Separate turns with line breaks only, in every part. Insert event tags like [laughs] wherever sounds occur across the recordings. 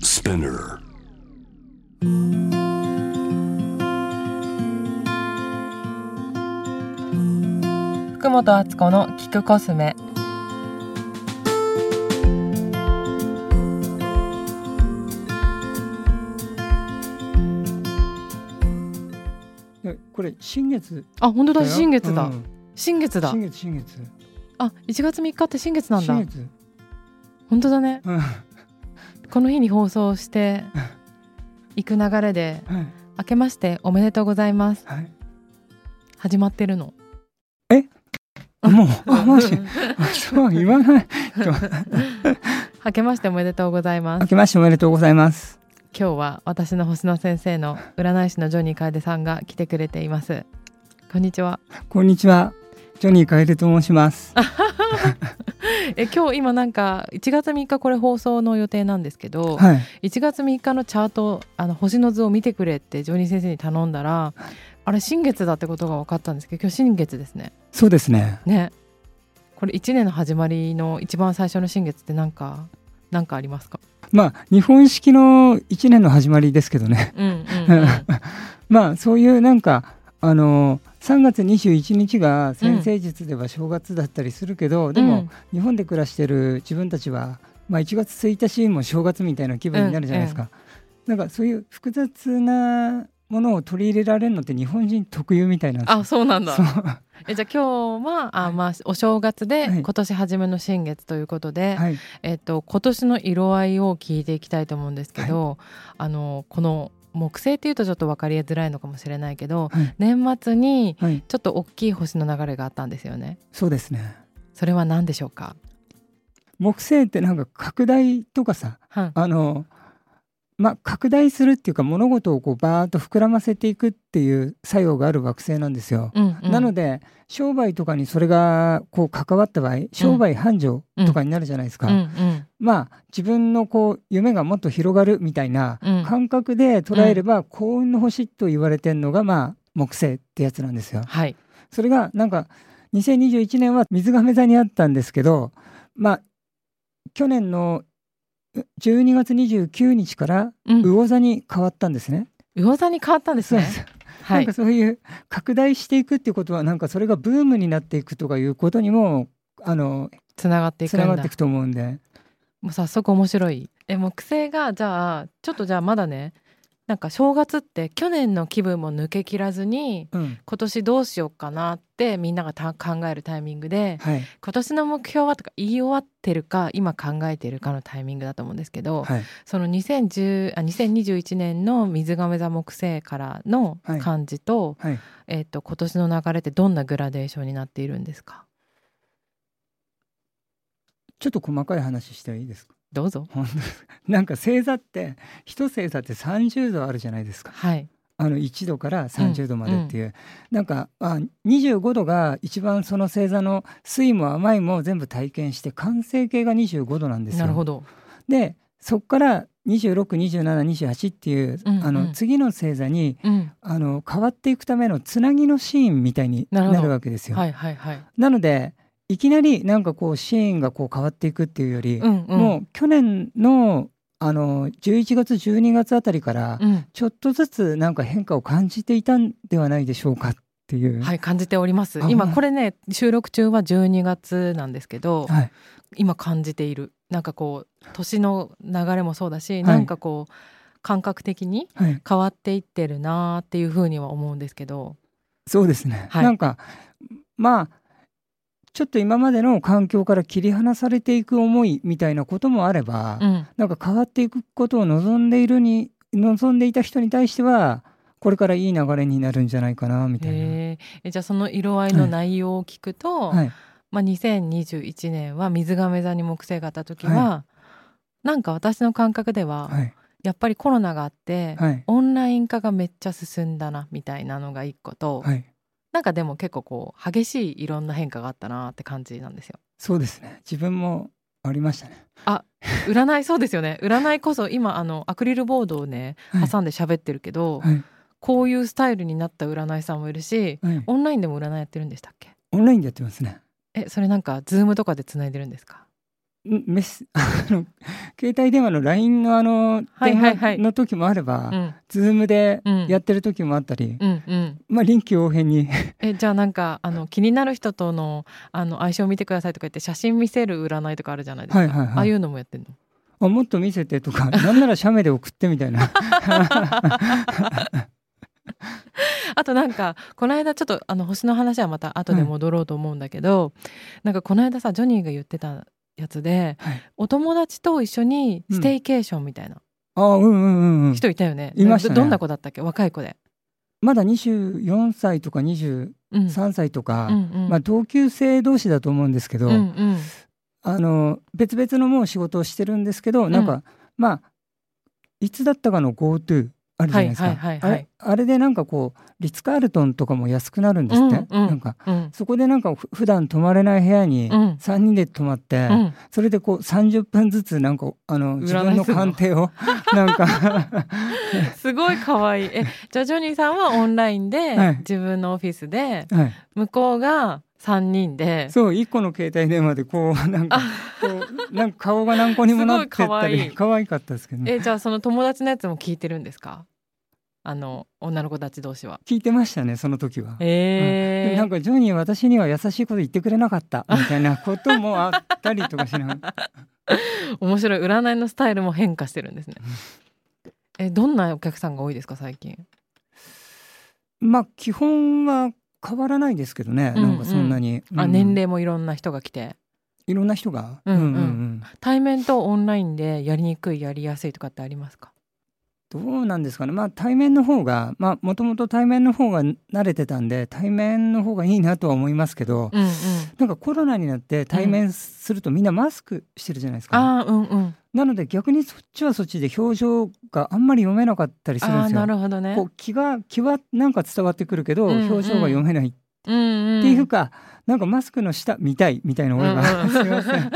Spinner.
福本敦子の聞くコスメ
でこれ新月
あ本当
だ
だ
よ
新月だ、
うん
新月だ
新月新月
あ1月3日って新月なんだ
新月
本当だね
うんは
この日に放
[laughs]
送して行く流れで
い
「明けましておめでとうございます
はい」
始まってるの
あもうあマジあそう言わない
「明けましておめでとうございま
明
す
けましておめでとうございます」
今日は私の星野先生の占い師のジョニー楓さんが来てくれてい
[laughs]
ますこんにちは
こんにちはジョニーカエルと申します
え今日今なんか1月3日これ放送の予定なんですけ
[laughs]
ど、
はい
1月3日のチャートあの星の図を見てくれってジョニー先生に頼んだらあれ新月だってことが分かったんですけど今日新月ですね
そうですね
ねこれ1年の始まりの一番最初の新月ってなんかなんかありますか
まあ日本式の一年の始まりですけどね
うんうんうん [laughs]
まあそういうなんかあの3月21日が先生術では正月だったりするけど、で
う
も
ん
日本で暮らしてる自分たちは、まあ、1月1日も正月みたいな気分になるじゃないですか、なんかそういう複雑なものを取り入れられるのって日本人特有みたいなんですよ
あそうなんだ
そう
えじゃあ今日はあ、まあ、お正月で
はい
今年初めの新月ということで、
はい
えっと、今年の色合いを聞いていきたいと思うんですけど、あのこの木星っていうとちょっと分かりづらいのかもしれないけど
はい
年末に
はい
ちょっと大きい星の流れがあったんですよね。
そうですね
それは何でしょうか。
木星ってなんか拡大とかさ
はん
あのまあ拡大するっていうか物事をこうバーッと膨らませていくっていう作用がある惑星なんですよ。
うんうん、
なので商売とかにそれがこう関わった場合商売繁盛とかになるじゃないですか、
うんうん
まあ自分のこう夢がもっと広がるみたいな
うん
感覚で捉えれば幸運の星と言われてるのがまあ木星ってやつなんですよ。
はい、
それがなんか2021年は水亀座にあったんですけどまあ去年のう12月29日から
うん、
魚座に変わったんですね。
魚座に変わったんです
そうで
ね
す。
は
なん
い
か。そういう拡大していくっていうことはなんかそれがブームになっていくとかいうことにもあの
つながっていく
つ
んだ。
ながっていくと思うんで
もう早速面白い。え、木星がじゃあちょっとじゃあまだね、なんか正月って去年の気分も抜けきらずに。
うん
今年どうしようかなってみんながた考えるタイミングで
はい
今年の目標はとか言い終わってるか今考えてるかのタイミングだと思うんですけど、
はい
その2010あ2021年の水亀座木星からの
はい
感じと,、
はい
えっと今年の流れってどんなグラデーションになっているんですか
ちょっと細かい話していいですか
どうぞ。
本当ですなんか星座って一星座って30度あるじゃないですか
はい、
あの1度から30度までっていう、なんかあ25度が一番その星座の酸も甘いも全部体験して完成形が25度なんですよ。
なるほど。
でそこから262728っていう、
うんうん
あの次の星座に
うん、
あの変わっていくためのつなぎのシーンみたいに
なる
な
ほど
るわけですよ。な
はいはいはい。
のでいきなりなんかこうシーンがこう変わっていくっていうより、
うんうん、
もう去年のあの11月12月あたりから
うん、
ちょっとずつなんか変化を感じていたんではないでしょうかっていう。
はい感じております
あ
今
はい
これね収録中は12月なんですけど
はい
今感じているなんかこう年の流れもそうだし、
い
なんかこう感覚的に
はい
変わっていってるなーっていうふうには思うんですけど
そうですね、
はい
なんかまあちょっと今までの環境から切り離されていく思いみたいなこともあれば、
うん
なんか変わっていくことを望んでいるに望んでいた人に対してはこれからいい流れになるんじゃないかなみたいな。
へーえじゃあその色合いの内容を聞くと、
はい、
まあ、2021年は水亀座に木星があった時は、なんか私の感覚では、
はい、
やっぱりコロナがあって、
はい、
オンライン化がめっちゃ進んだなみたいなのが一個と、
はい、
なんかでも結構こう激しいいろんな変化があったなって感じなんですよ。
そうですね。自分もありましたね。
占いそうですよね。占いこそ今あのアクリルボードをね
はい
挟んで喋ってるけど、
はい、
こういうスタイルになった占いさんもいるし、
はい、
オンラインでも占いやってるんでしたっけ？
オンラインでやってますね。
え、それなんかズームとかでつないでるんですか？
メス [laughs] あの携帯電話の LINE のあの
はい
電
はいはい
話の時もあれ
う
ば、
ん
ズームで
うん
やってる時もあったり、
うんうん、
まあ臨機応変に
えじゃあなんかあの気になる人とのあの相性を見てくださいとか言って写真見せる占いとかあるじゃないですか、
[laughs] はいはいはい
ああいうのもやってんの
あもっと見せてとかなんなら写メで送ってみた
[laughs]
いな
あとなんかこの間ちょっとあの星の話はまた後で戻ろうと思うんだけど、なんかこの間さジョニーが言ってたやつで、
はい
お友達と一緒にステイケーションみたいな
あうんうんうんうん
人いたよね、
いましたね
どどんな子だったっけ若い子で、
まだ24歳とか23
うん、
歳とか、
うんうん
まあ、同級生同士だと思うんですけど、
うんうん
あの別々のもう仕事をしてるんですけど、なん
う
かまあいつだったかの GoTo あるじゃないですか、
はいはいはいはい
あれあれでなんかこうリッツ・カールトンとかも安くなるんですって、
うんうん
なんか
うん
そこでなんかふ普段泊まれない部屋に
うん
3人で泊まって、
うん
それでこう30分ずつなんかあの
占い
自分の
するの
鑑定
[laughs]
をなんか
すごい可愛いえじゃあジョニーさんはオンラインで、
はい
自分のオフィスで
はい
向こうが3人で
そう1個の携帯電話でこうなんかこうなんか顔が何個にもなって
すごい可
った
愛
り
い
可愛かったですけど、ね、
えじゃあその友達のやつも聞いてるんですかあの女の子たち同士は
聞いてましたねその時は。
ええ
なんかジョニー私には優しいこと言ってくれなか
[laughs]
ったみたいなこともあったりとかしながら
面白い占いのスタイルも変化してるん
[laughs]
ですね。えどんなお客さんが多いですか最近？
まあ基本は変わらないですけどね、
うんうん
なんかそんなに、
あ
うん
年齢もいろんな人が来て
いろんな人が、
うんうん
ん
対面とオンラインでやりにくいやりやすいとかってありますか？
どうなんですかねまあ対面の方がまあもともと対面の方が慣れてたんで対面の方がいいなとは思いますけど、
うんうん。
なんかコロナになって対面するとみんなマスクしてるじゃないですか、
あーうんうん。
なので逆にそっちはそっちで表情があんまり読めなかったりするん
あ
で
ー
すよ
なるほどね
こ。う気が気はなんか伝わってくるけど、
うんうん
表情が読めないっ
うんうん。
ていうか、なんかマスクの下見たいみたいな俺が、
うんうん
[laughs] すいません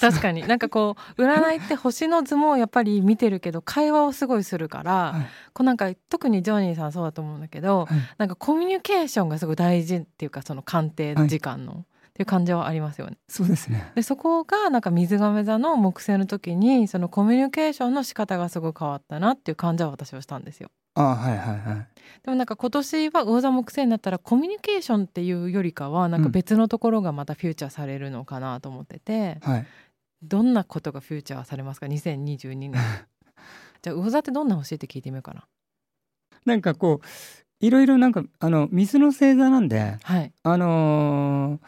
確かになんかこう占いって星の相撲をやっぱり見てるけど会話をすごいするから、
はい
こうなんか特にジョニーさんそうだと思うんだけど、
はい
なんかコミュニケーションがすごい大事っていうかその鑑定時間の、っていう感じはありますよね。
そうですね
でそこがなんか水亀座の木星の時にそのコミュニケーションの仕方がすごい変わったなっていう感じは私はしたんですよ。
ああはいはいはい
でもなんか今年は魚座木星になったらコミュニケーションっていうよりかはなんか
うん
別のところがまたフューチャーされるのかなと思ってて、
はい [laughs]
どんなことがフューチャーされますか2022年
[laughs]
じゃあ魚座ってどんな星って聞いてみようかな
なんかこういろいろなんかあの水の星座なんで
はい
あのー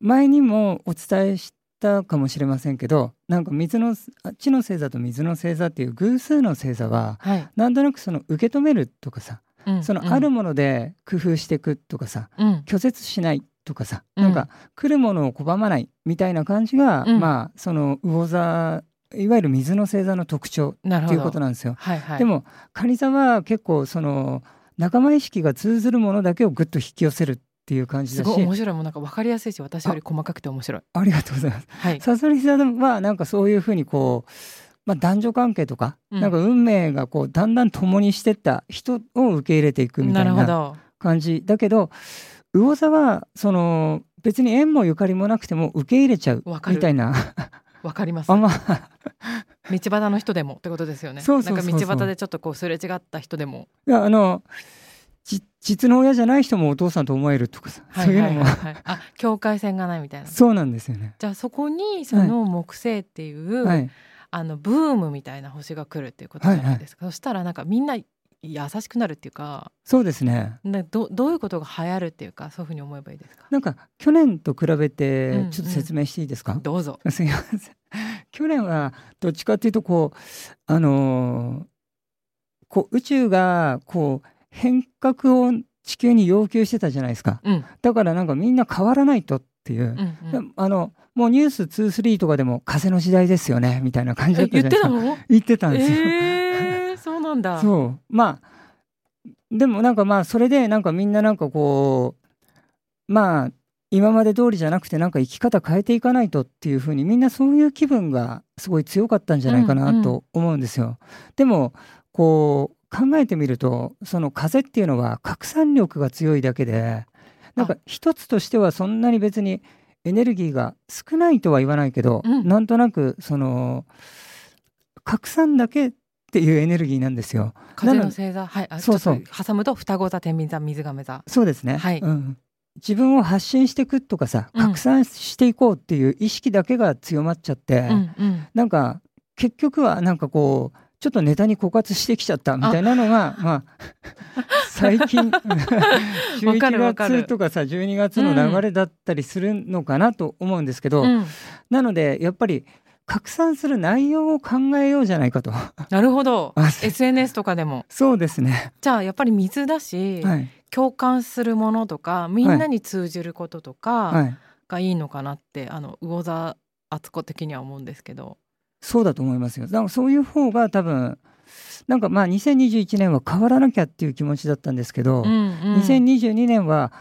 前にもお伝えしたかもしれませんけどなんか水のあ地の星座と水の星座っていう偶数の星座は
はい、
なんとなくその受け止めるとかさ、
うん
そのあるもので工夫していくとかさ、
うん
拒絶しないとかさ、
うん
なんか来るものを拒まないみたいな感じが、
うん
まあその魚座いわゆる水の星座の特徴
なるほ
って
ど
いうことなんですよ。
はいはい
でも蟹座は結構その仲間意識が通ずるものだけをぐっと引き寄せるっていう感じ
す
だ
ごい
し
面白いもんなんか分かりやすいし私より細かくて面白い
ありがとうございます。
はい
サソリ座はなんかそういうふうにこう、まあ、男女関係とか、
うん
なんか運命がこうだんだん共にしてった人を受け入れていくみた
ないる
な
ほど
感じだけど魚座はその別に縁もゆかりもなくても受け入れちゃう
わかる
みたいな [laughs]
分かります
あ
道
まあ
端の人でもってことですよね
そうそうそうそう
なんか道端でちょっとこうすれ違った人でも
いやあのじ実の親じゃない人もお父さんと思えるとかさ、
はいはい
そう
はいいう [laughs]
のも
はいあ境界線がないみたいな
そうなんですよね。
じゃあそこにその木星っていう、
はい、
あのブームみたいな星が来るっていうことじゃないですか、そしたらなんかみんな優しくなるっていうか
そうですね
などどういうことが流行るっていうかそういうふうに思えばいいですか
なんか去年と比べ
うん
て
うん
ちょっと説明していいですか、
どうぞ
[laughs] すいません去年はどっちかっていうとこうあのーこう宇宙がこう変革を地球に要求してたじゃないですか
うん
だからなんかみんな変わらないとっていう、
うんうん
あのもうニュース23とかでも風の時代ですよねみたいな感じだ
え
ったじゃ
言
な
ってた
いですか
の
言ってたんですよ、
えー、そうなんだ
そうまあでもなんかまあそれでなんかみんななんかこうまあ今まで通りじゃなくてなんか生き方変えていかないとっていう風にみんなそういう気分がすごい強かったんじゃないか
うんうん
なと思うんですよ、でもこう考えてみるとその風っていうのは拡散力が強いだけでなんか一つとしてはそんなに別にエネルギーが少ないとは言わないけど、
うん
なんとなくその拡散だけっていうエネルギーなんですよ。
風の星座はいあ
そうそう
ちょっと挟むと双子座天秤座水亀座
そうですね、
はい
うん、自分を発信していくとかさ
うん
拡散していこうっていう意識だけが強まっちゃって、
うんうん
なんか結局はなんかこうちょっとネタに枯渇してきちゃったみたいなの
[laughs]
がまあ最近
わかるわ
11
かる
月とかさ12月の流れだったりするのかなと思うんですけど、
うん
なのでやっぱり拡散する内容を考えようじゃないかと
なるほど
あそ
SNS とかでも
[laughs] そうですね、
じゃあやっぱり水だし、
はい
共感するものとかみんなに通じることと
は
か
い、
がいいのかなって、あの魚座敦子的には思うんですけど
そうだと思いますよだからそういう方が多分なんかまあ2021年は変わらなきゃっていう気持ちだったんですけど、
うんうん
2022年は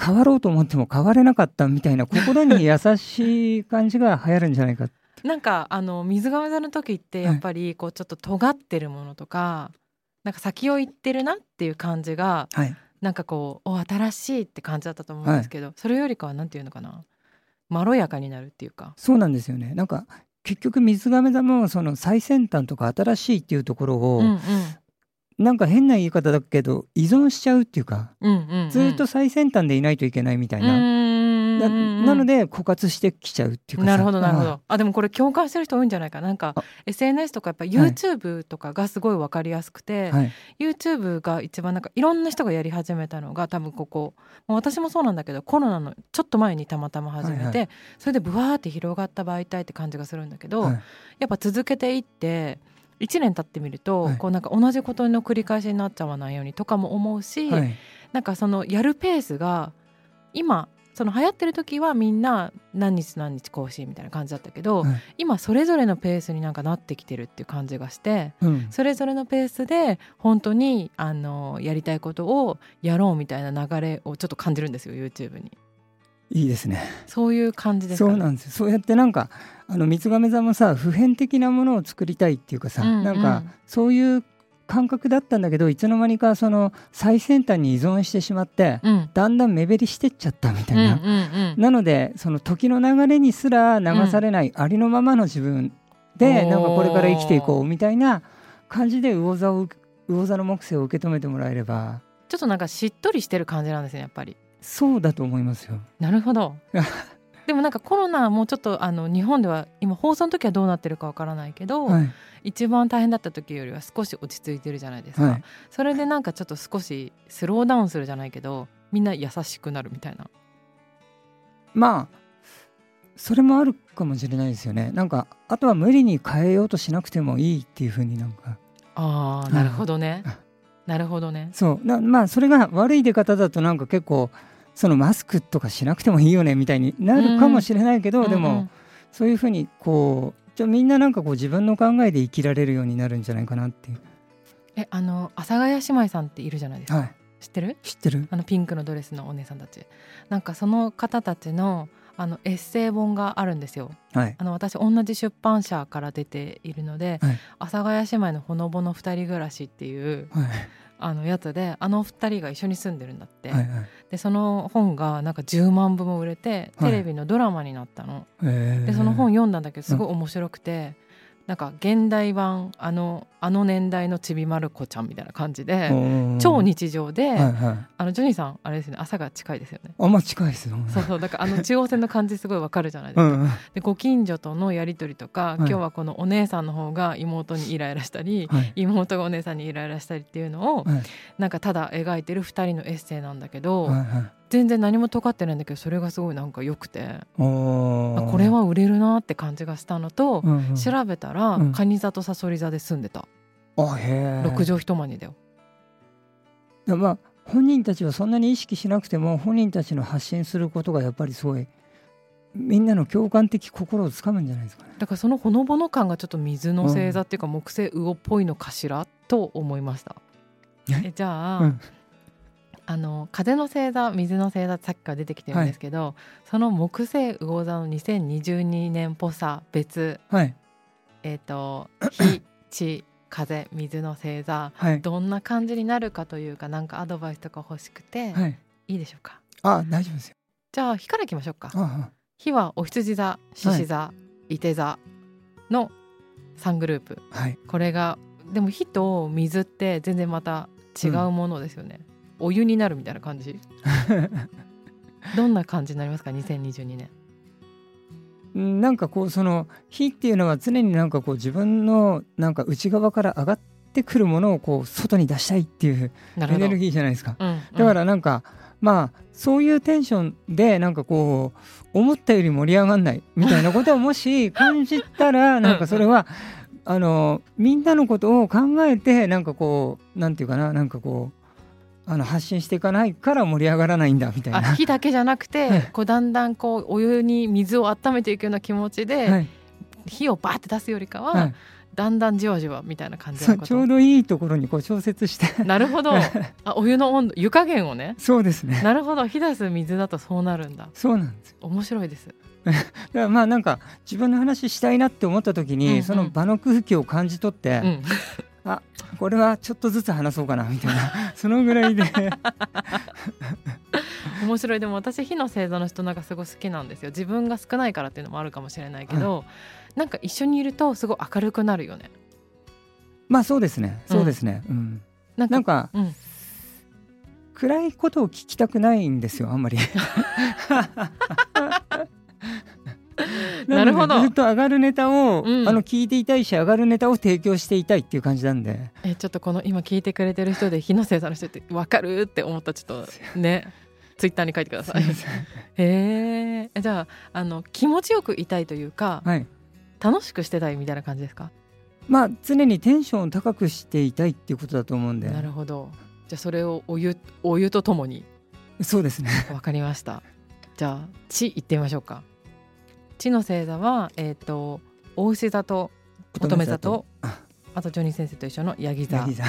変わろうと思っても変われなかったみたいな心に優しい感じが流行るんじゃないか
なんかあの水亀座の時って
は
や
い
っぱりこうちょっと尖ってるものとか、なんか先を行ってるなっていう感じが
はい
なんかこうお新しいって感じだったと思うんですけど、それよりかはなんていうのかなまろやかになるっていうか。
そうなんですよねなんか結局水亀座もその最先端とか新しいっていうところを、
うんうん
なんか変な言い方だけど依存しちゃうっていうか
うんうんうん
ずっと最先端でいないといけないみたい
うんう
な、
んうん
な
うん
なので枯渇してきちゃうっていうかさ
なるほどなるほ
うん
ど。あでもこれ共感してる人多いんじゃないかな。なんか
あ
SNS とかやっぱ
い
YouTube とかがすごいわかりやすくて、
はい
YouTube が一番なんかいろんな人がやり始めたのが多分ここ。もう私もそうなんだけどコロナのちょっと前にたまたま始めて、
はいは
それでブワーって広がった媒体って感じがするんだけど、
はい
やっぱ続けていって。1年経ってみると、
はい
こうなんか同じことの繰り返しになっちゃわないようにとかも思うし、
はい
なんかそのやるペースが今その流行ってる時はみんな何日何日更新みたいな感じだったけど、
はい
今それぞれのペースになんかなってきてるっていう感じがして
うん
それぞれのペースで本当にあのやりたいことをやろうみたいな流れをちょっと感じるんですよ YouTube に
いいですね
そういう感じです
そ
かね
うなんですよそうやってなんかあの水亀座もさ普遍的なものを作りたいっていうかさ、
うんうん
なんかそういう感覚だったんだけどいつの間にかその最先端に依存してしまって、
うん
だんだん目減りしてっちゃったみた
う
い
んうん
な、
うん
なのでその時の流れにすら流されない、ありのままの自分で
おー
なんかこれから生きていこうみたいな感じで魚座を魚座の木星を受け止めてもらえれば
ちょっとなんかしっとりしてる感じなんですねやっぱり
そうだと思いますよ。
なるほど [laughs] でもなんかコロナもちょっとあの日本では今放送の時はどうなってるかわからないけど、
はい、
一番大変だった時よりは少し落ち着いてるじゃないですか、
はい
それでなんかちょっと少しスローダウンするじゃないけどみんな優しくなるみたいな
まあそれもあるかもしれないですよねなんかあとは無理に変えようとしなくてもいいっていう風になんか
あー
うん
なるほどね
あ
なるほどね
そうなまあそれが悪い出方だとなんか結構そのマスクとかしなくてもいいよねみたいになるかもしれないけど、でも、そういう風にこうじゃあみんななんかこう自分の考えで生きられるようになるんじゃないかなっていう、
うんえあの阿佐ヶ谷姉妹さんっているじゃないですか、
はい、
知ってる
知ってる
あのピンクのドレスのお姉さんたちなんかその方たちのあのエッセイ本があるんですよ
はい
あの私同じ出版社から出ているので、
はい
阿佐ヶ谷姉妹のほのぼの二人暮らしっていう
はい
あのやつであの二人が一緒に住んでるんだって、
はいはい
でその本がなんか10万部も売れて
はい
テレビのドラマになったの、
えー
でその本読んだんだけどすごい面白くて、なんか現代版あのあの年代のちびまる子ちゃんみたいな感じで、
おー
超日常で、
はいはい
あのジョニーさんあれですね朝が近いですよね。
あんま近いですよね
そうそうだからあの中央線の感じすごいわかるじゃないです
う
か、
んうん
でご近所とのやり取りとか、
い
今日はこのお姉さんの方が妹にイライラしたり、
はい
妹がお姉さんにイライラしたりっていうのを、
はい
なんかただ描いてる2人のエッセイなんだけど、
はいはい
全然何も尖ってないんだけどそれがすごいなんか良くてあ
おー
これは売れるなって感じがしたのと、
うんうん
調べたら、
うん
カニ座とサソリ座で住んでた
あへえ
6畳一間にだよ、
だからまあ本人たちはそんなに意識しなくても本人たちの発信することがやっぱりすごいみんなの共感的心をつかむんじゃないですかね。
だからそのほのぼの感がちょっと水の星座っていうか木星魚っぽいのかしらと思いました、
ね
えじゃあ、
うん
あの風の星座水の星座ってさっきから出てきてるんですけど、その木星魚座の2022年っぽさ別
はい
えっ、と火地風水の星座
はい
どんな感じになるかというかなんかアドバイスとか欲しくて、
はい
い、いでしょうか
あ大丈夫ですよ。
じゃあ火からいきましょうか
あ
火はお羊座獅子座、いて座の3グループ
はい
これがでも火と水って全然また違うものですよね、お湯になるみたいな感
[laughs]
じどんな感じになりますか2022年
うんなんかこうその火っていうのは常になんかこう自分のなんか内側から上がってくるものをこう外に出したいっていう
なる
エ
ほど
ネルギーじゃないですか。
うんうん
だからなんか、まあそういうテンションでなんかこう思ったより盛り上がんないみたいなことをもし感じたらなんかそれはあのみんなのことを考えてなんかこうなんていうかななんかこうあの発信していかないから盛り上がらないんだみたいな。
あ火だけじゃなくて、
はい
こうだんだんこうお湯に水を温めていくような気持ちで、
はい
火をバーって出すよりかは、
はい
だんだんじわじわみたいな感じ
そ
の
う
こ
ちょう
と
どいいところにこう調節して [laughs]
なるほどあお湯の温度湯加減をね
そうで
[laughs]
すね
なるほど火出す水だとそうなるんだ
そうなんですよ
面白いです
だからまあなんか自分の話したいなって思った時に、
うんうん
その場の空気を感じ取って、
うん
これはちょっとずつ話そうかなみたいな [laughs] そのぐらい
[laughs]
で
面白いでも私火の星座の人なんかすごい好きなんですよ自分が少ないからっていうのもあるかもしれないけど、なんか一緒にいるとすごい明るくなるよね
まあそうですね
うん
そうですね、うん
なんか
なんか
うん、
暗いことを聞きたくないんですよあんまり
[laughs] なるほど
のでずっと上がるネタを、
うん
あの聞いていたいし上がるネタを提供していたいっていう感じなんで
えちょっとこの今聞いてくれてる人で火の星座の人って分かるって思ったちょっと [laughs] ねツイッターに書いてください
すいません
[laughs] へえじゃああの気持ちよくいたいというか
[laughs] はい
楽しくしてたいみたいな感じですか
まあ常にテンションを高くしていたいっていうことだと思うんで
なるほどじゃあそれをお湯お湯とともに
そうですね
わかりました。じゃあ地行ってみましょうか。地の星座はえっ、と大牛座と乙女座とあとジョニー先生と一緒のヤギ座
ヤギ。座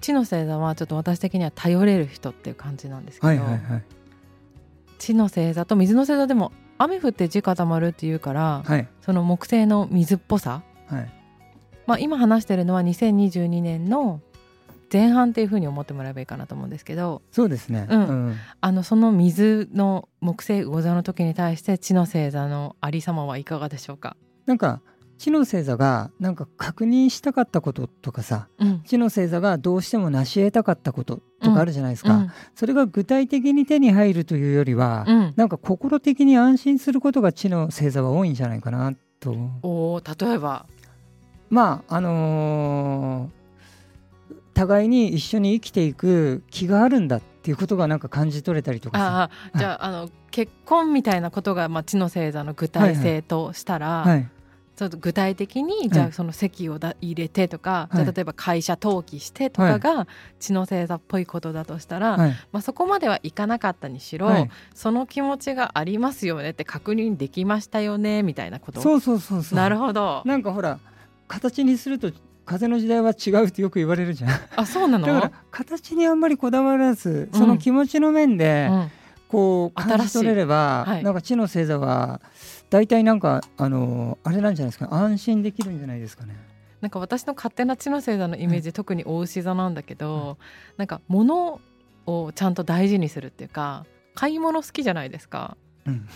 地の星座はちょっと私的には頼れる人っていう感じなんですけど、
はいはいはい
地の星座と水の星座でも雨降って地固まるっていうから、
はい
その木星の水っぽさ。
はい
まあ今話してるのは2022年の前半っていう風に思ってもらえばいいかなと思うんですけど、
そうですね
うん
ん
あのその水の木星魚座の時に対して地の星座のありさまはいかがでしょうか。
なんか地の星座がなんか確認したかったこととかさ
うん。
地の星座がどうしても成し得たかったこととかあるじゃないです
う
か、
ん。
それが具体的に手に入るというよりは、
うん、
なんか心的に安心することが地の星座は多いんじゃないかなと
おお例えば。
まああのー互いに一緒に生きていく気があるんだっていうことがなんか感じ取れたりとかさ
ああじゃああの結婚みたいなことがまあ地の星座の具体性としたら、
はい
ちょっと具体的にじゃ
は
あ
い
その籍をだ入れてとか、
はい
じゃあ例えば会社登記してとかが地の星座っぽいことだとしたら、
はい
まあそこまではいかなかったにしろ、
はい
その気持ちがありますよねって確認できましたよねみたいなこと。
そうそうそうそう
なるほど。
なんかほら形にすると風の時代は違うってよく言われるじゃん
あそうなの。
だから形にあんまりこだわらず
うん
その気持ちの面で
うん
こう
新しい
感じ取れれば、
はい
なんか地の星座は大体なんかあのあれなんじゃないですか安心できるんじゃないですかね。
なんか私の勝手な知の星座のイメージ、特に大牛座なんだけど、なんか物をちゃんと大事にするっていうか買い物好きじゃないですか
うん、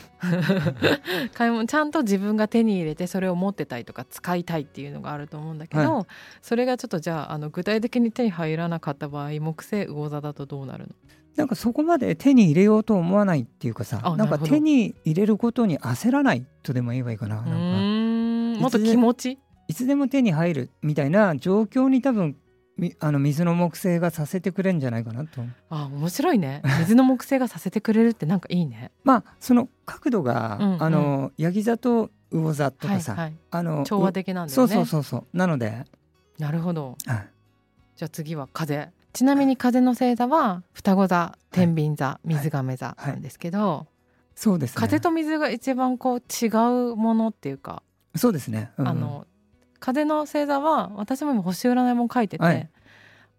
[laughs] 買い物ちゃんと自分が手に入れてそれを持ってたいとか使いたいっていうのがあると思うんだけど、
は
それがちょっとじゃああの具体的に手に入らなかった場合木星魚座だとどうなるの
なんかそこまで手に入れようと思わないっていうかさ
あ
なん
なる
か
ほど
手に入れることに焦らないとでも言えばいいかな
う
なんか
ーんもっと
いつで
気持ち
いつでも手に入るみたいな状況に多分みあの水の木星がさせてくれるんじゃないかなと
あ面白い
[laughs]
ね水の木星がさせてくれるってなんかいいね。
まあその角度が、
うんうん
あのヤギ座と魚座と
はい
かさ、
はい、
あの
調和的なんだ
そ
よ
う
ね
そうそうそうなので、
なるほど
はい
じゃあ次は風ちなみに風の星座は双子座天秤座水亀座なんですけど、
そうですね
風と水が一番こう違うものっていうか、
そうですね、うんうん
あの風の星座は私も今星占いも書いてて、
はい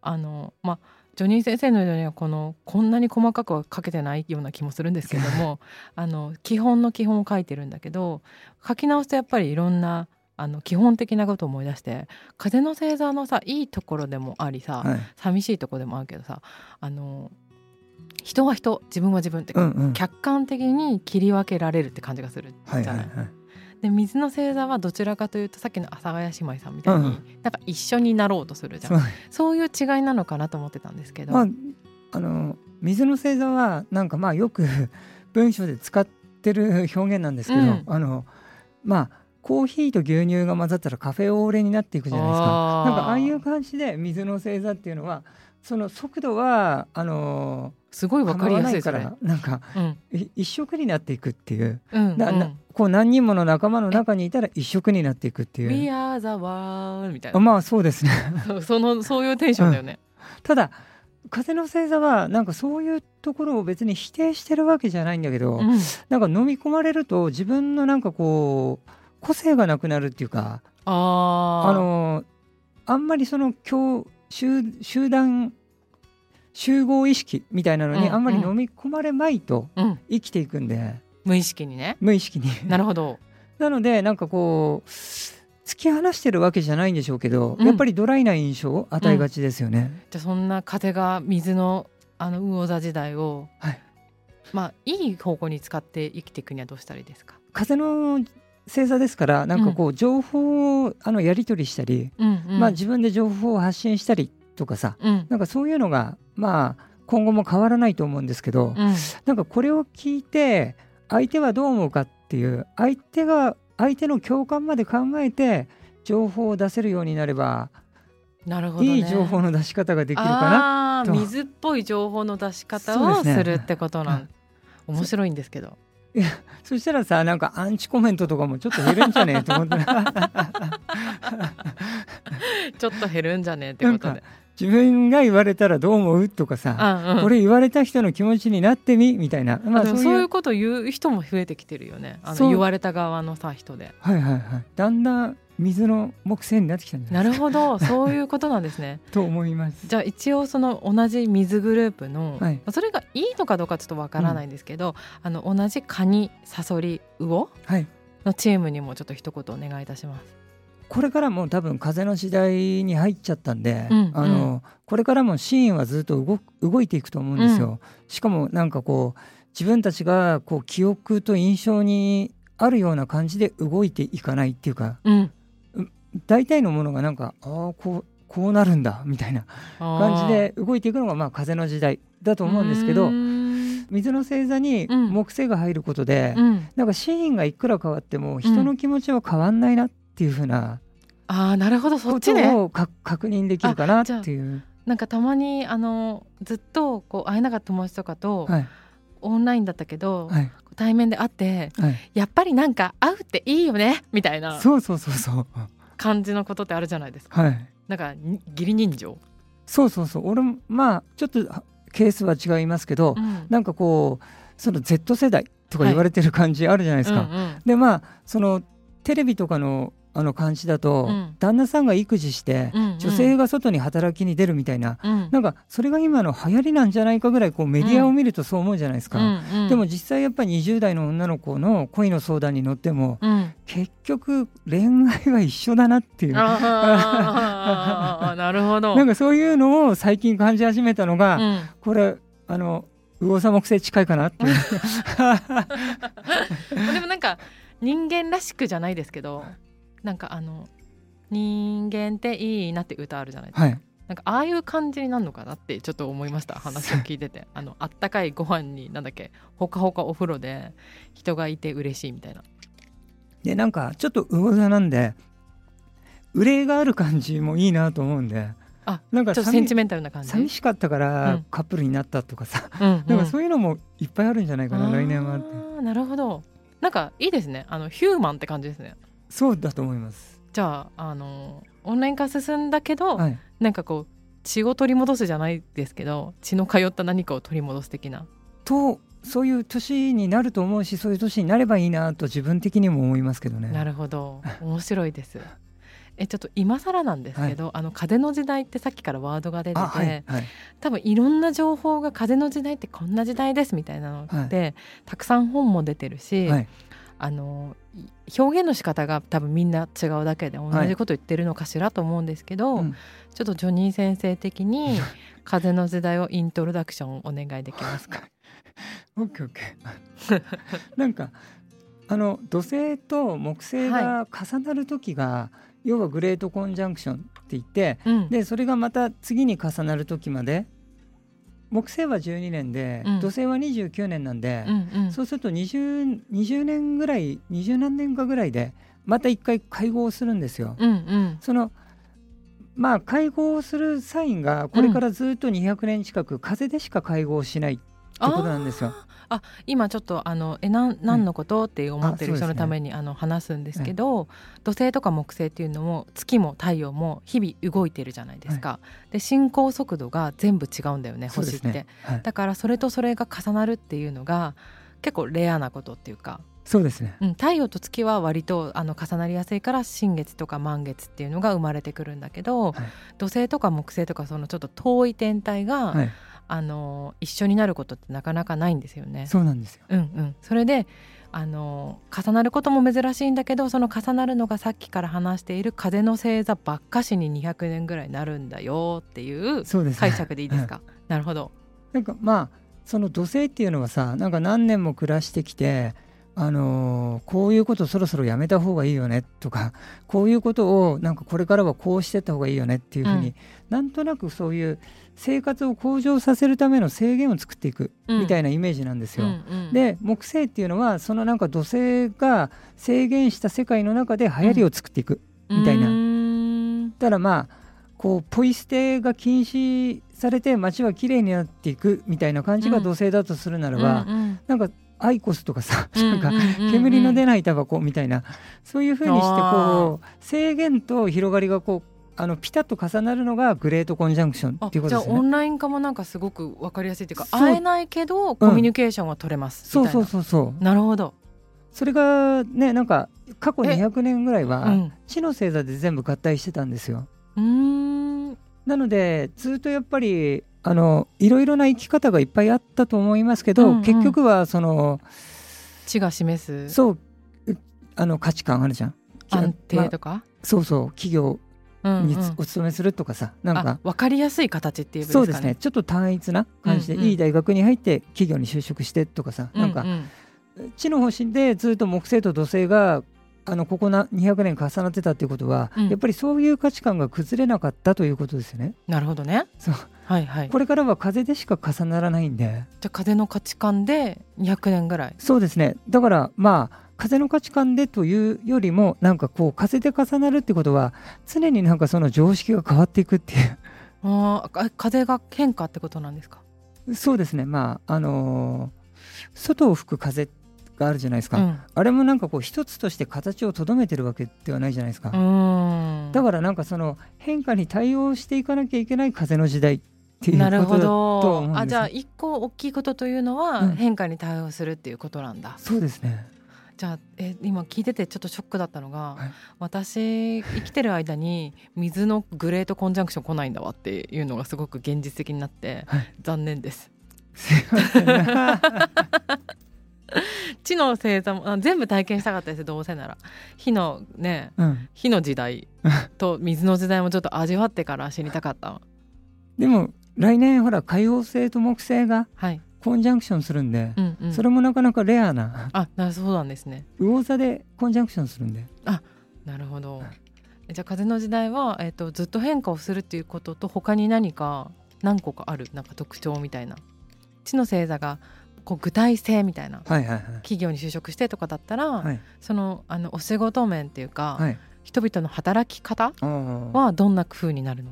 あのまあジョニー先生のようにはこのこんなに細かくは書けてないような気もするんですけど
[laughs]
もあの基本の基本を書いてるんだけど書き直すとやっぱりいろんなあの基本的なことを思い出して風の星座のさいいところでもありさ、
はい
寂しいとこでもあるけどさあの人は人自分は自分って、
うんうん
客観的に切り分けられるって感じがするじゃな
は
いい。
はいはい
で水の星座はどちらかというとさっきの阿佐ヶ谷姉妹さんみたいに、
うん
なんか一緒になろうとするじゃ
そうん
そういう違いなのかなと思ってたんですけど、
まああの水の星座はなんかまあよく文章で使ってる表現なんですけど、
うん
あのまあコーヒーと牛乳が混ざったらカフェオーレになっていくじゃないですか。
あー
なんかああいう感じで水の星座っていうのはその速度はあの
すごいわかりやすい
構
そ
わ
れ
ないからなんか
うん
い一色になっていくっていう、
うん
な
う
なんこう何人もの仲間の中にいたら一色になっていくっ
「
て
We
いう
are the world」みたい
あ
な
まあそうですね [laughs]
そのそういうテンションだよね。
ただ風の星座はなんかそういうところを別に否定してるわけじゃないんだけど、
うん
なんか飲み込まれると自分のなんかこう個性がなくなるっていうか
あー
あのあんまりその今日集集団集合意識みたいなの
うん
に
うん
あんまり飲み込まれまいと
うん、
生きていくんで
無意識にね
無意識に
なるほど
なのでなんかこう突き放してるわけじゃないんでしょうけど、
うん
やっぱりドライな印象を与えがちですよね。
じゃあそんな風が水のあの魚座時代を、
はい
まあいい方向に使って生きていくにはどうしたらいいですか、
風の星座ですからなんかこう情報をあのやり取りしたり、
うんうん
まあ、自分で情報を発信したりとかさ
うん
なんかそういうのがまあ今後も変わらないと思うんですけ
う
ど、
ん
なんかこれを聞いて相手はどう思うかっていう相手が相手の共感まで考えて情報を出せるようになれば、
なるほど、ね、
いい情報の出し方ができるか
あ
と
ー水っぽい情報の出し方
そ
を
うですね
するってことなん、面白いんですけど
なそしたらさなんかアンチコメントとかもちょっと減るんじゃねえと思って
ちょっと減るんじゃねえってことで
自分が言われたらどう思うとかさ、
あうん
これ言われた人の気持ちになってみみたいな、まあ、
で
そ
も
う
そう
い
いううこと言う人も増えてきてるよねあの
そう
言われた側のさ人で
はいはいはいだんだん水の木星になってきたんじゃない
なるほど [laughs] そういうことなんですね
と思います。
じゃあ一応その同じ水グループの、
はい
それがいいのかどうかちょっとわからないんですけど、あの同じカニサソリ魚
はい
のチームにもちょっと一言お願いいたします
これからも多分風の時代に入っちゃったんで、
うん
あのこれからもシーンはずっと動く動いていくと思うんですよ。しかもなんかこう自分たちがこう記憶と印象にあるような感じで動いていかないっていうか
うん
大体のものがなんかああこうこうなるんだみたいな感じで動いていくのがまあ風の時代だ
と
と思うんですけど
うん
水の星座に
うん
木星が入ることで、
うん
なんかシーンがいくら変わっても人の気持ちは変わんないなっていうふうな。
ああなるほどそっ
こと
ちね
をか確認できるかな
あじゃあ
っていう、
なんかたまにあのずっとこう会えなかった友達とかと、
はい
オンラインだったけど、
はい
対面で会って
はい、
やっぱりなんか会うっていいよねみたいな
そうそうそうそう、
感じのことってあるじゃないですか
はい、
なんかに義理人情、
そうそうそう俺もまあちょっとはケースは違いますけど、
うん
なんかこうその Z 世代とか言われてる感じあるじゃないですか、
うん
でまあそのテレビとかのあの感じだと、
うん
旦那さんが育児して、
うんうん
女性が外に働きに出るみたいな、
うんうん
なんかそれが今の流行りなんじゃないかぐらいこうメディアを見るとそう思うじゃないですか、
うんうん
でも実際やっぱり20代の女の子の恋の相談に乗っても、
うん
結局恋愛は一緒だなっていうな
あーなる
[laughs]
ほど
んかそういうのを最近感じ始めたのが、
うん
これあの魚座木星近いかなっていう
[laughs] でもなんか人間らしくじゃないですけどなんかあの人間っていいなって歌あるじゃないですか
はい
なんかああいう感じになるのかなってちょっと思いました話を聞いて
[laughs]
てあのあったかいご飯になんだっけほかほかお風呂で人がいて嬉しいみたいな
でなんかちょっと魚座なんで憂いがある感じもいいなと思うんで
あ
なん
ちょ
か
っとセン
寂
チメンタルな感じ、うん
寂しかったか
う
ら
ん
カップルになったとかさ、
うん、
なんかそういうのもいっぱいあるんじゃないかな、
あー
来年はって
なるほどなんかいいですねあのヒューマンって感じですね
そうだと思います
じゃああのオンライン化進んだけど、
はい
なんかこう血を取り戻すじゃないですけど血の通った何かを取り戻す的な
とそういう年になると思うしそういう年になればいいなと自分的にも思いますけどね
なるほど面白いですえちょっと今更なんですけど、あの風の時代ってさっきからワードが出てて、
あはいはい
多分いろんな情報が風の時代ってこんな時代ですみたいなのって、たくさん本も出てるし、
はい
あのい表現の仕方が多分みんな違うだけで同じこと言ってるのかしらと思うんですけど、
うん
ちょっとジョニー先生的
[laughs]
に「風の時代」をイントロダクションお願いできますか
オッケーオッケーなんかあの土星と木星が重なる時が、要はグレートコンジャンクションって言って
うん
でそれがまた次に重なる時まで木星は12年で、
うん
土星は29年なんで
う、んうん
そうすると 20, 20年ぐらい20何年かぐらいでまた一回会合をするんですよ。
うんうん
そのまあ会合をするサインがこれからずっと200年近く風でしか会合をしないってことなんですよ。
今ちょっとあのえなん何のことって思ってる
あそうです
人
ね
のためにあの話すんですけど、土星とか木星っていうのも月も太陽も日々動いてるじゃないですか、で進行速度が全部違うんだよね
そう
星っ
です
て、
ね。はい、
だからそれとそれが重なるっていうのが結構レアなことっていうか、
そうですね。
うん、太陽と月は割とあの重なりやすいから新月とか満月っていうのが生まれてくるんだけど、
はい
土星とか木星とかそのちょっと遠い天体が、
はい、
あの一緒になることってなかなかないんですよね。
そうなんですよ。
うんうん、それであの重なることも珍しいんだけどその重なるのがさっきから話している風の星座ばっかしに200年ぐらいなるんだよっていう
そうです、ね。
解釈でいいです [laughs] か、なるほど、
なんかまあその土星っていうのはさなんか何年も暮らしてきて、あのーこういうことそろそろやめた方がいいよねとかこういうことをなんかこれからはこうしてった方がいいよねっていうふうに、
うん
なんとなくそういう生活を向上させるための制限を作っていくみた
い
いなイメージなんですよ。
うんうん、
で木星っていうのはそのなんか土星が制限した世界の中で流行りを作っていく、みたいな
うーん
だからまあこうポイ捨てが禁止されて街は綺麗になっていくみたいな感じが
うん
土星だとするならば、
うん
なんかアイコスとかさ、
うん
なんか
うんうんうん
煙の出ないタバコみたいなそういうふうにしてこう制限と広がりがこうあのピタッと重なるのがグレートコンジャンクション
あ
っていうこと
じゃ
で
あ
す
オ
ね。
ンライン化もなんかすごくわかりやすいっていうか
そう
会えないけどコミュニケーションは取れます、
そう
みたいな
そうそうそう
なるほど、
それがねなんか過去
え
200年ぐらいうは
ん
地の星座で全部合体してたんですよ。
うーん
なのでずっとやっぱりあのいろいろな生き方がいっぱいあったと思いますけど、
うんうん
結局はその
地が示す
そううあの価値観あるじゃん。
安
ま
定
あ
とか、
そうそう企業
うん
につ
うん
お勤めするとかさなん
あ
か
分かりやすい形っていう
そうですねちょっと単一な感じで、
うんうん
いい大学に入って企業に就職してとかさ、なん
う
か
ん
地の星でずっと木星と土星があのここな200年重なってたっていうことは、
うん
やっぱりそういう価値観が崩れなかったということですよね。
なるほどね
そう
はいはいじ
これからは風でしか重ならないんで
ゃあ風の価値観で200年ぐらい
そうですねだからまあ風の価値観でというよりもなんかこう風で重なるってことは常になんかその常識が変わっていくっていう
あーあ風が変化ってことなんですか
そう [laughs] ですねまああのー外を吹く風があるじゃないですか、
うん
あれもなんかこう一つとして形をとどめてるわけではないじゃないですか、
うーん
だからなんかその変化に対応していかなきゃいけない風の時代っていうこと
なるほ
だと
ど
思うんですね
あじゃあ一個大きいことというのは
うん
変化に対応するっていうことなんだ、
そうですね [laughs]
じゃあえ今聞いててちょっとショックだったのが、
はい
私生きてる間に水のグレートコンジャンクション来ないんだわっていうのがすごく現実的になって、
はい
残念です
すいません
地の星座もあ全部体験したかったですどうせなら火のね
[laughs] うん
火の時代と水の時代もちょっと味わってから知りたかった
でも来年ほら海王星と木星が
はい、
コンジャンクションするんで
う、んうん、
それもなかなかレアな
あなそうなんですね
魚座でコンジャンクションするんで
なるほど
はい
えじゃあ風の時代は、えっとずっと変化をするっていうことと他に何か何個かあるなんか特徴みたいな地の星座がこう具体性みたいな
はいはいはい
企業に就職してとかだったら、
はい
そのあのお仕事面っていうか、
はい
人々の働き方
あー
はどんな工夫になるの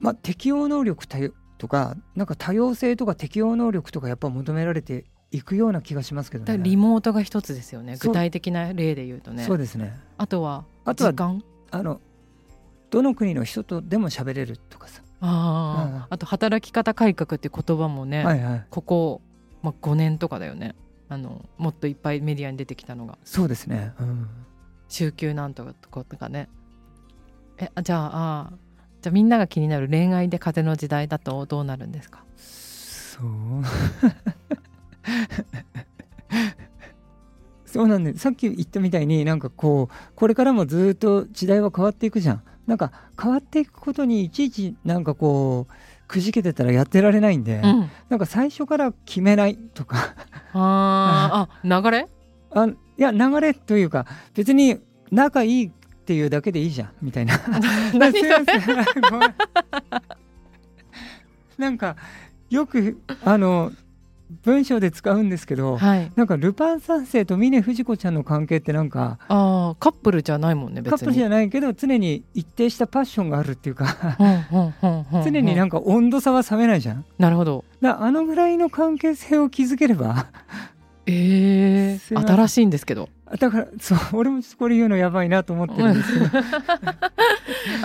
まあ適応能力多様とかなんか多様性とか適応能力とかやっぱ求められていくような気がしますけど
だから
ね
リモートが一つですよね
そう
具体的な例で言うとね
そうですね
あとは
あとは
時間
あのどの国の人とでも喋れるとかさ、
あ
うん
ああと働き方改革って言葉もね、
はいはい
ここ、まあ、5年とかだよねあのもっといっぱいメディアに出てきたのが
そうですね、うん、
週休なんとかとかとかねえあじゃああーじゃあみんなが気になる恋愛で風の時代だとどうなるんですか
そう [laughs] そうなんでさっき言ったみたいになんかこうこれからもずっと時代は変わっていくじゃんなんか変わっていくことにいちいちなんかこうくじけてたらやってられないんで、
うん、
なんか最初から決めないとか [laughs]
あーあ流れ
あいや流れというか別に仲いいっていうだけでいいじゃんみたいな
何それ
すいませんごめんなんかよくあの文章で使うんですけど
はい
なんかルパン三世と峰不二子ちゃんの関係ってなんか
ああカップルじゃないもんね別に
カップルじゃないけど常に一定したパッションがあるっていう
[laughs]
か
常
常になんか温度差は冷めないじゃん。
なるほど
だからあのぐらいの関係性を築ければ [laughs]
ええ
すいません
新しいんですけど
だからそう俺もちょっとこれ言うのやばいなと思ってるんですけど、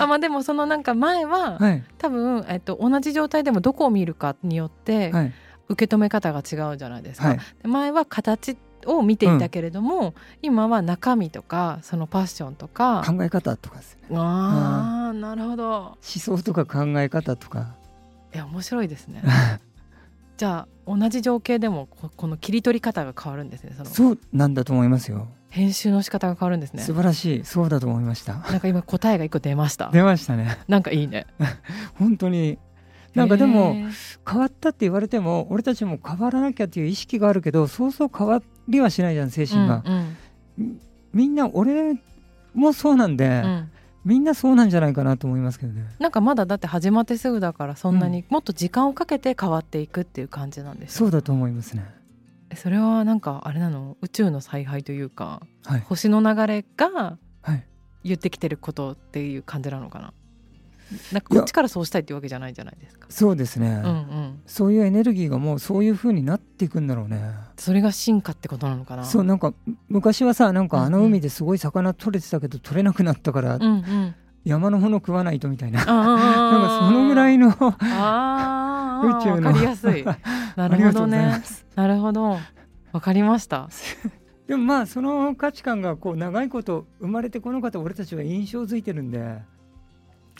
[laughs] あまあでもそのなんか前は、
はい
多分、えっと、同じ状態でもどこを見るかによって
はい
受け止め方が違うじゃないですか、
はい
で前は形を見ていたけれども、今は中身とかそのパッションとか
考え方とかですね
ああなるほど
思想とか考え方とか
いや面白いです
[laughs]
ねじゃあ同じ情景でもここの切り取り方が変わるんですねその
そうなんだと思いますよ、
編集の仕方が変わるんですね
素晴らしいそうだと思いました
なんか今答えが一個出ました
出ましたね
なんかいいね
本当になんかで
へ
も
ー
変わったって言われても俺たちも変わらなきゃっていう意識があるけどそうそう変わりはしないじゃん精神が、
うんうん
みんな俺もそうなんで、
うん
みんなそうなんじゃないかなと思いますけどね。
なんかまだだって始まってすぐだからそんなにもっと時間をかけて変わっていくっていう感じなんですよ
そうだと思いますね。
えそれはなんかあれなの宇宙の采配というか
はい。
星の流れが
はい
言ってきてることっていう感じなのかななんかこっちからそうしたいっていうわけじゃないじゃないですか
そうですね。
うんうん
そういうエネルギーがもうそういう風になっていくんだろうね。
それが進化ってことなのかな
そうなんか昔はさなんかあ
う
の
んうん
海ですごい魚取れてたけど取れなくなったから
うんうん
山のもの食わないとみたいな。
な
なんかそのぐらい
の
の宇
あ
[laughs]
ーあー
宙の。
わかりやすいな
あり
る
が
ほど
とうございま
ね
す。
なるほどわかりました
でもまあその価値観がこう長いこと生まれてこの方俺たちは印象づいてるんで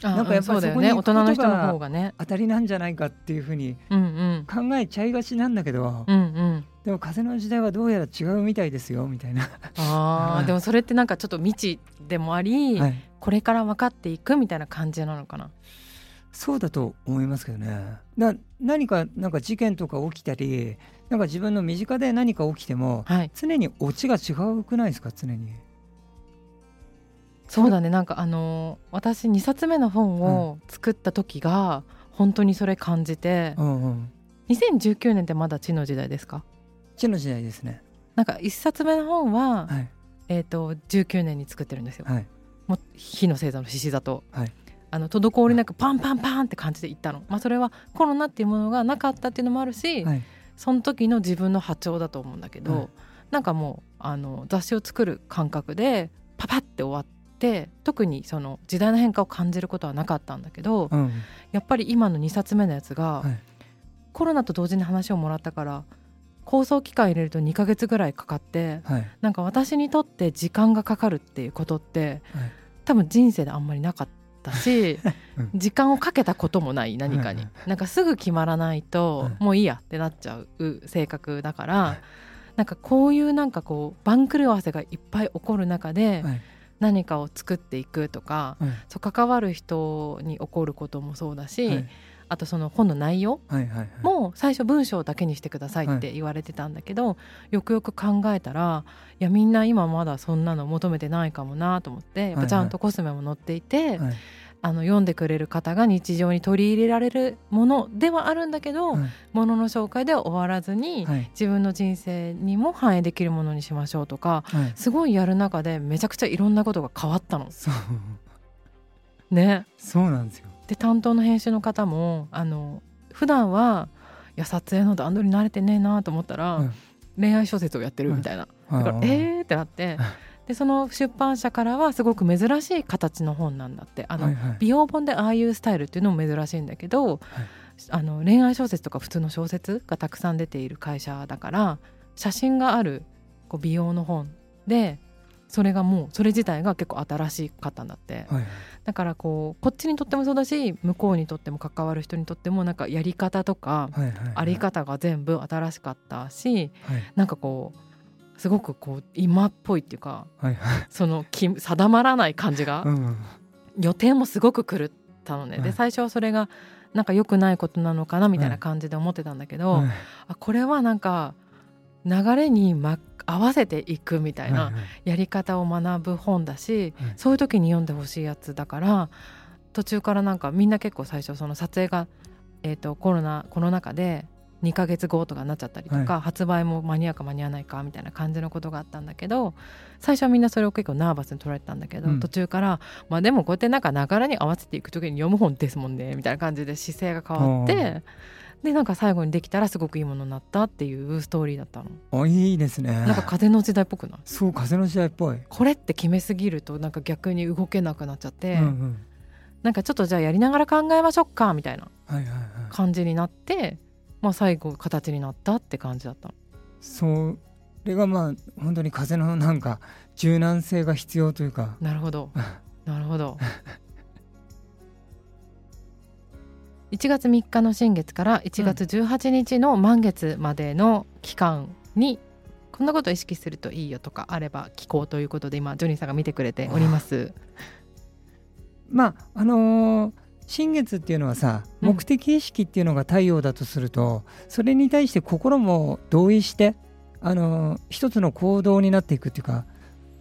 なん
かやっぱり
そうだよ
そこに
ね大
行くこと
人
が
の人の方がね
当たりなんじゃないかっていう風に
うんうん
考えちゃいがちなんだけど、
うん
[laughs]
うん
でも風の時代はどうやら違うみたいですよみたいな。
あ
は
ー
い
でもそれってなんかちょっと未知でもあり、
はい
これから分かっていくみたいな感じなのかな
そうだと思いますけどね。な何かなんか事件とか起きたりなんか自分の身近で何か起きても
はい
常にオチが違うくないですか常に。
そうだねなんかあのー私2冊目の本を作った時が本当にそれ感じて
うんうん。
2019年ってまだ地の時代ですか
地の時代ですね。
なんか1冊目の本は、
はい
えー、と19年に作ってるんですよ、
はい
もう火の星座の獅子座と、
はい
あの滞りなくパンパンパンって感じで行ったの、まあ、それはコロナっていうものがなかったっていうのもあるし、
はい
その時の自分の波長だと思うんだけど、
はい
なんかもうあの雑誌を作る感覚でパパって終わって特にその時代の変化を感じることはなかったんだけど、
うん
やっぱり今の2冊目のやつが、
はい
コロナと同時に話をもらったから構想期間入れると2ヶ月ぐらいかかって
はい
なんか私にとって時間がかかるっていうことって、
はい
多分人生であんまりなかったし、
[laughs] うん
時間をかけたこともない何かに、
はい
なんかすぐ決まらないと、
はい
もういいやってなっちゃう性格だから、
はい
なんかこういうなんかこう番狂わせがいっぱい起こる中で、
はい
何かを作っていくとか、
はい
そう関わる人に起こることもそうだし、
はい
あとその本の内容
はいはい。
も最初文章だけにしてくださいって言われてたんだけど、よくよく考えたらいやみんな今まだそんなの求めてないかもなと思ってやっぱちゃんとコスメも載っていて、
はいはい
あの読んでくれる方が日常に取り入れられるものではあるんだけど、ものの紹介では終わらずに、
はい
自分の人生にも反映できるものにしましょうとか
はい。
すごいやる中でめちゃくちゃいろんなことが変わったの。
そう [laughs]
ね、
そうなんですよ。
で担当の編集の方もあの普段はいや撮影の段取り慣れてねえなと思ったら、
うん
恋愛小説をやってるみたいな、だから
あー
えーってなってでその出版社からはすごく珍しい形の本なんだってあの、
はいはい
美容本でああいうスタイルっていうのも珍しいんだけど、あの恋愛小説とか普通の小説がたくさん出ている会社だから写真があるこう美容の本でそれがもうそれ自体が結構新しかったんだって。
はい
だからこうこっちにとってもそうだし向こうにとっても関わる人にとってもなんかやり方とか
はいはいはい。
あり方が全部新しかったし
はい
なんかこうすごくこう今っぽいっていうか
はいはい。
そのき定まらない感じが
うん。
予定もすごく狂ったのね、
は
で
い
最初はそれがなんか良くないことなのかなみたいな感じで思ってたんだけど、
はい
あこれはなんか流れに、ま、合わせていくみたい
は
ない
はい
やり方を学ぶ本だし、
はい
そういう時に読んでほしいやつだから途中からなんかみんな結構最初その撮影が、えー、とコロナコロナ禍で2ヶ月後とかになっちゃったりとか、発売も間に合うか間に合わないかみたいな感じのことがあったんだけど最初はみんなそれを結構ナーバスに捉えてたんだけど、
うん
途中からまあでもこうやってなんか流れに合わせていく時に読む本ですもんねみたいな感じで姿勢が変わってでなんか最後にできたらすごくいいものになったっていうストーリーだったの。
あいいですね。
なんか風の時代っぽくない
そう風の時代っぽい。
これって決めすぎるとなんか逆に動けなくなっちゃって、
うんうん。
なんかちょっとじゃあやりながら考えましょうかみたいな
はいはいはい。
感じになって、まあ、最後形になったって感じだったの
それがまあ本当に風のなんか柔軟性が必要というか。
なるほど [laughs] なるほど1月3日の新月から1月18日の満月までの期間に、こんなことを意識するといいよとかあれば聞こうということで今ジョニーさんが見てくれております。
まああのー新月っていうのはさ
うん
目的意識っていうのが太陽だとすると、それに対して心も同意して、あのー一つの行動になっていくっていうか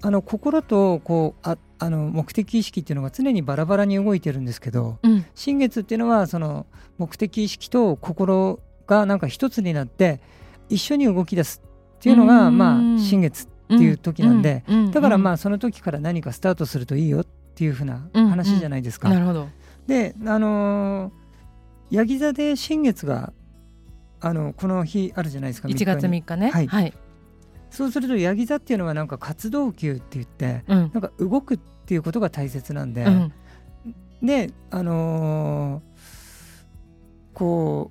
あの心とこうああの目的意識っていうのが常にバラバラに動いてるんですけど
うん、
新月っていうのはその目的意識と心がなんか一つになって一緒に動き出すっていうの
うー
が
ん
まあ新月っていう時なんで
うん、
だからま
あ、
あその時から何かスタートするといいよっていうふうな
うんうん
話じゃないですか。
なるほど。
であのーヤギ座で新月があのこの日あるじゃないですか
1月
3日に
3日ね。
はい
はい。
そうするとヤギ座っていうのはなんか活動休って言って
うん。
なんか動くっていうことが大切なんで。
うん。
であのーこ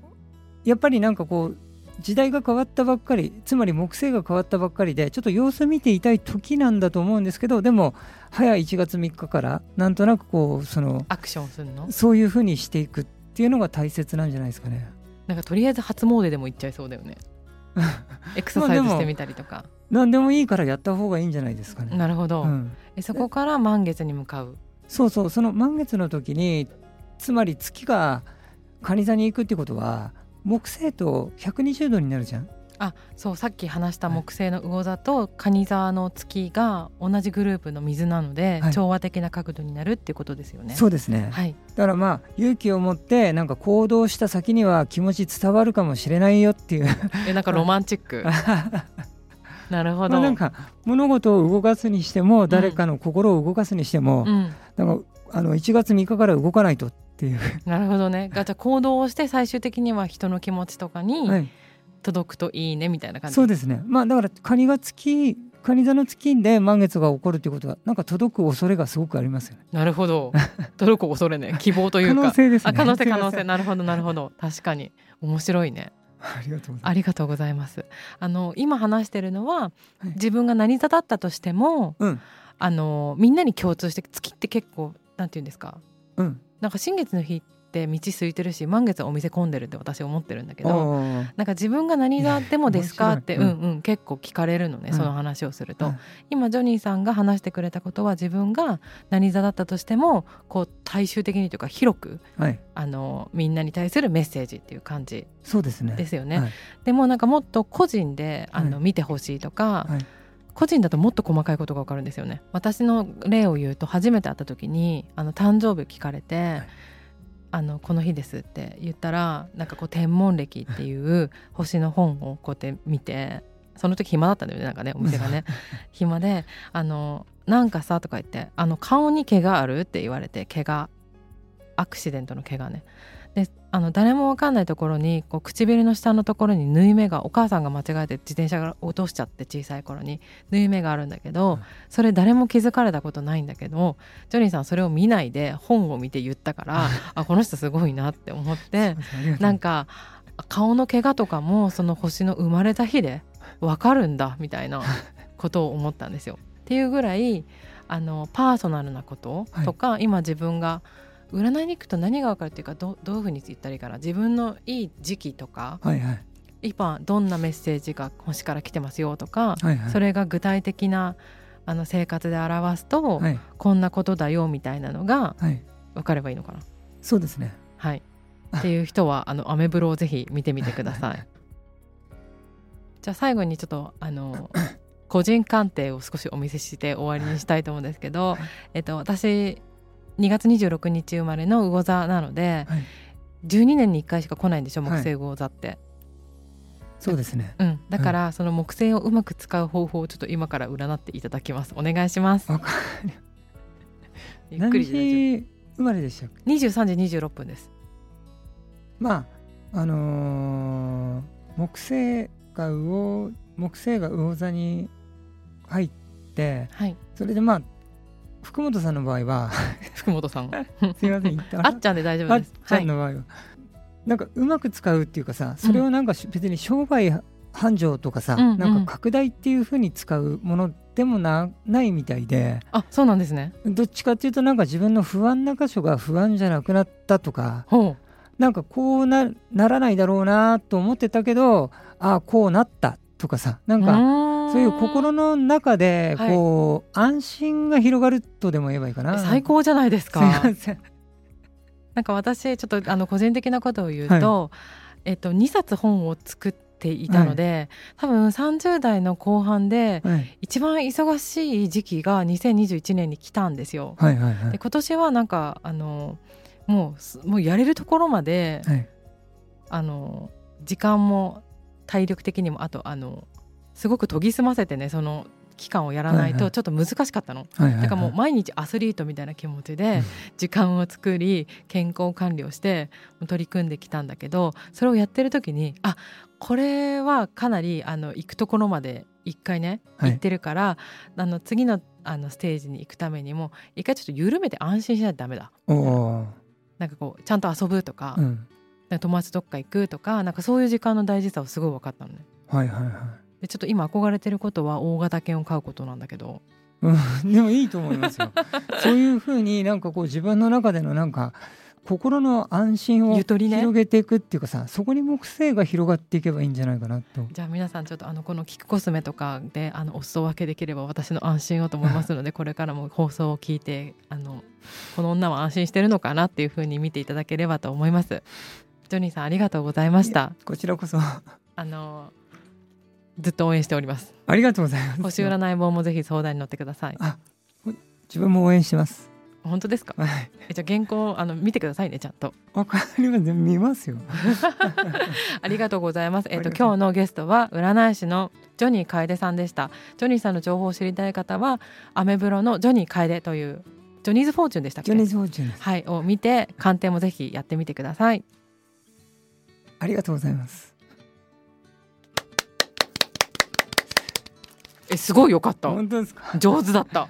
うやっぱりなんかこう時代が変わったばっかりつまり木星が変わったばっかりでちょっと様子見ていたい時なんだと思うんですけどでも早1月3日からなんとなくこうその
アクションするの
そういうふうにしていくっていうのが大切なんじゃないですかね。
なんかとりあえず初詣でも行っちゃいそうだ
[laughs]
よね。エクササイズしてみたりとか。
何でもいいからやった方がいいんじゃないですかね。
なるほど、
うん
え。そこから満月に向かう。
そうそうその満月の時につまり月が蟹座に行くってことは木星と120度になるじゃん。
あ、そうさっき話した木星の魚座と蟹座の月が同じグループの水なので、
はい
調和的な角度になるっていうことですよね。
そうですね、
はい。
だからまあ勇気を持ってなんか行動した先には気持ち伝わるかもしれないよっていう
え、なんかロマンチック。 [laughs] なるほ
ま
ど。
あ [laughs] なんか物事を動かすにしても
ん
誰かの心を動かすにして
う
も、
ん。
なんかあの1月3日から動かないとっていう、
なるほどね。ガチャ行動をして最終的には人の気持ちとか
は
に
い、
届くといいねみたいな感じ。
そうですねまあだからカニが月カニ座の月で満月が起こるってことはなんか届く恐れがすごくありますよね
なるほ
[laughs]
ど。届く恐れね。希望という
可
か。
能性 [laughs] ですね
あ可能性
すい
可
ま
能
せ
性
ん
なるほどなるほど確かに面白いね
ありがとうございます
ありがとうございますあの今話してるのは、
い
自分が何座だったとしても
うん
あのみんなに共通して月って結構なんて言うんですか
うん
なんか新月の日って道空いてるし満月はお店混んでるって私思ってるんだけ
あ
ど
ー
なんか自分が何座でもですか
いや
って、う
面白い
んうん、結構聞かれるのね、
うん
その話をすると、
うん
今ジョニーさんが話してくれたことは自分が何座だったとしてもこう大衆的にというか広く
はい
あのみんなに対するメッセージっていう感じ
そうですね
ですよね。
はい
でもなんかもっと個人であの、
は
見てほしいとか、
はい
個人だともっと細かいことがわかるんですよね。私の例を言うと初めて会った時にあの誕生日を聞かれて、
い
あのこの日ですって言ったらなんかこう天文歴って
[laughs]
いう星の本をこうやって見てその時暇だったんだよねなんかねお店が
[laughs]
ね暇であのなんかさとか言ってあの顔に毛があるって言われて毛がアクシデントの毛がねであの誰もわかんないところにこう唇の下のところに縫い目がお母さんが間違えて自転車から落としちゃって小さい頃に縫い目があるんだけど、
うん
それ誰も気づかれたことないんだけどジョニーさんそれを見ないで本を見て言ったから
[laughs]
あこの人すごいなって思って
あ [laughs] りがとうございます
なんか顔の怪我とかもその星の生まれた日でわかるんだみたい
[laughs]
なことを思ったんですよ。っていうぐらいあのパーソナルなこととか、今自分が占いに行くと何がわかるっていうかどどういうふうに言ったらいいかな自分のいい時期とか
はいはい
今どんなメッセージが星から来てますよとか、
はいはい
それが具体的なあの生活で表すと、
はい
こんなことだよみたいなのが
はい
分かればいいのかな。
そうですね
はい、っていう人はあのアメブロをぜひ見てみてください。じゃあ最後にちょっとあの個人鑑定を少しお見せして終わりにしたいと思うんですけど、えっと、私2月26日生まれの魚座なので
はい
12年に1回しか来ないんでしょ
はい
木星魚座って、
そうで
[laughs]
すね
うん、だからその木星をうまく使う方法をちょっと今から占っていただきますお願いします
わかり
ゆっく
何
りで大丈
時生まれでしたっけ
夫23時26分です
まああのー木星が魚木星が魚座に入って
はい
それでまあ福本さんの場合は
福本さん
すいません言った
あっちゃんで大丈夫
あっ
です
ちゃんの場合は、なんかうまく使うっていうかさそれをなんかし別に商売繁盛とかさ、
うんうん
なんか拡大っていうふうに使うものでもなないみたいで
はい、あそうなんですね
どっちかっていうとなんか自分の不安な箇所が不安じゃなくなったとか
ほう
なんかこうなならないだろうなと思ってたけどああこうなったとかさなんか
か
そういう心の中で
はい
こう、安心が広がるとでも言えばいいかな。
最高じゃないです
すいま
か
せん
なんか私ちょっとあの個人的なことを言うと、えっと2冊本を作っていたので、多分30代の後半で
はい
一番忙しい時期が2021年に来たんですよ。
はいはいは
で
い
今年はなんかあのもうすもうやれるところまで、
はい
あの時間も体力的にもあとあのすごく研ぎ澄ませてねその期間をやらない
はいは
と
い
ちょっと難しかったの。
はいはい
だからもう毎日アスリートみたいな気持ちで時間を作り健康管理をして取り組んできたんだけどそれをやってる時にあこれはかなりあの行くところまで一回ね
はい
行ってるから、あの次のあのステージに行くためにも一回ちょっと緩めて安心しないとダメだ。
おお
なんかこうちゃんと遊ぶとか,、
ー、うん、
友達どっか行くとかなんかそういう時間の大事さをすごい分かったのね。
はいはいはい
でちょっと今憧れてることは大型犬を飼うことなんだけど
うんでもいいと思います [laughs] よそういうふうになんかこう自分の中でのなんか心の安心を
ゆとりね
広げていくっていうかさ、そこに木星が広がっていけばいいんじゃないかなと
じゃあ皆さんちょっとあのこのキクコスメとかであのお裾分けできれば私の安心をと思いますのでこれからも放送を聞いてあのこの女は安心してるのかなっていうふうに見ていただければと思いますジョニーさんありがとうございました
こちらこそあ
あのずっと応援しております
りがとうございます
星占い本もぜひ相談に乗ってください
あ自分も応援してます
本当ですか
はい
えじゃあ原稿あの見てくださいねちゃんと
わかります見ますよ
ありがとうございます。えっ、と
ありがとう
今日のゲストは占い師のジョニー楓さんでした。ジョニーさんの情報を知りたい方はアメブロのジョニー楓というジョニーズフォーチュンでしたっ
ジョニー
け？
ズフォーチュンです
はいを見て鑑定もぜひやってみてください。
ありがとうございます
えすごい良かった。
本当ですか
上手だった。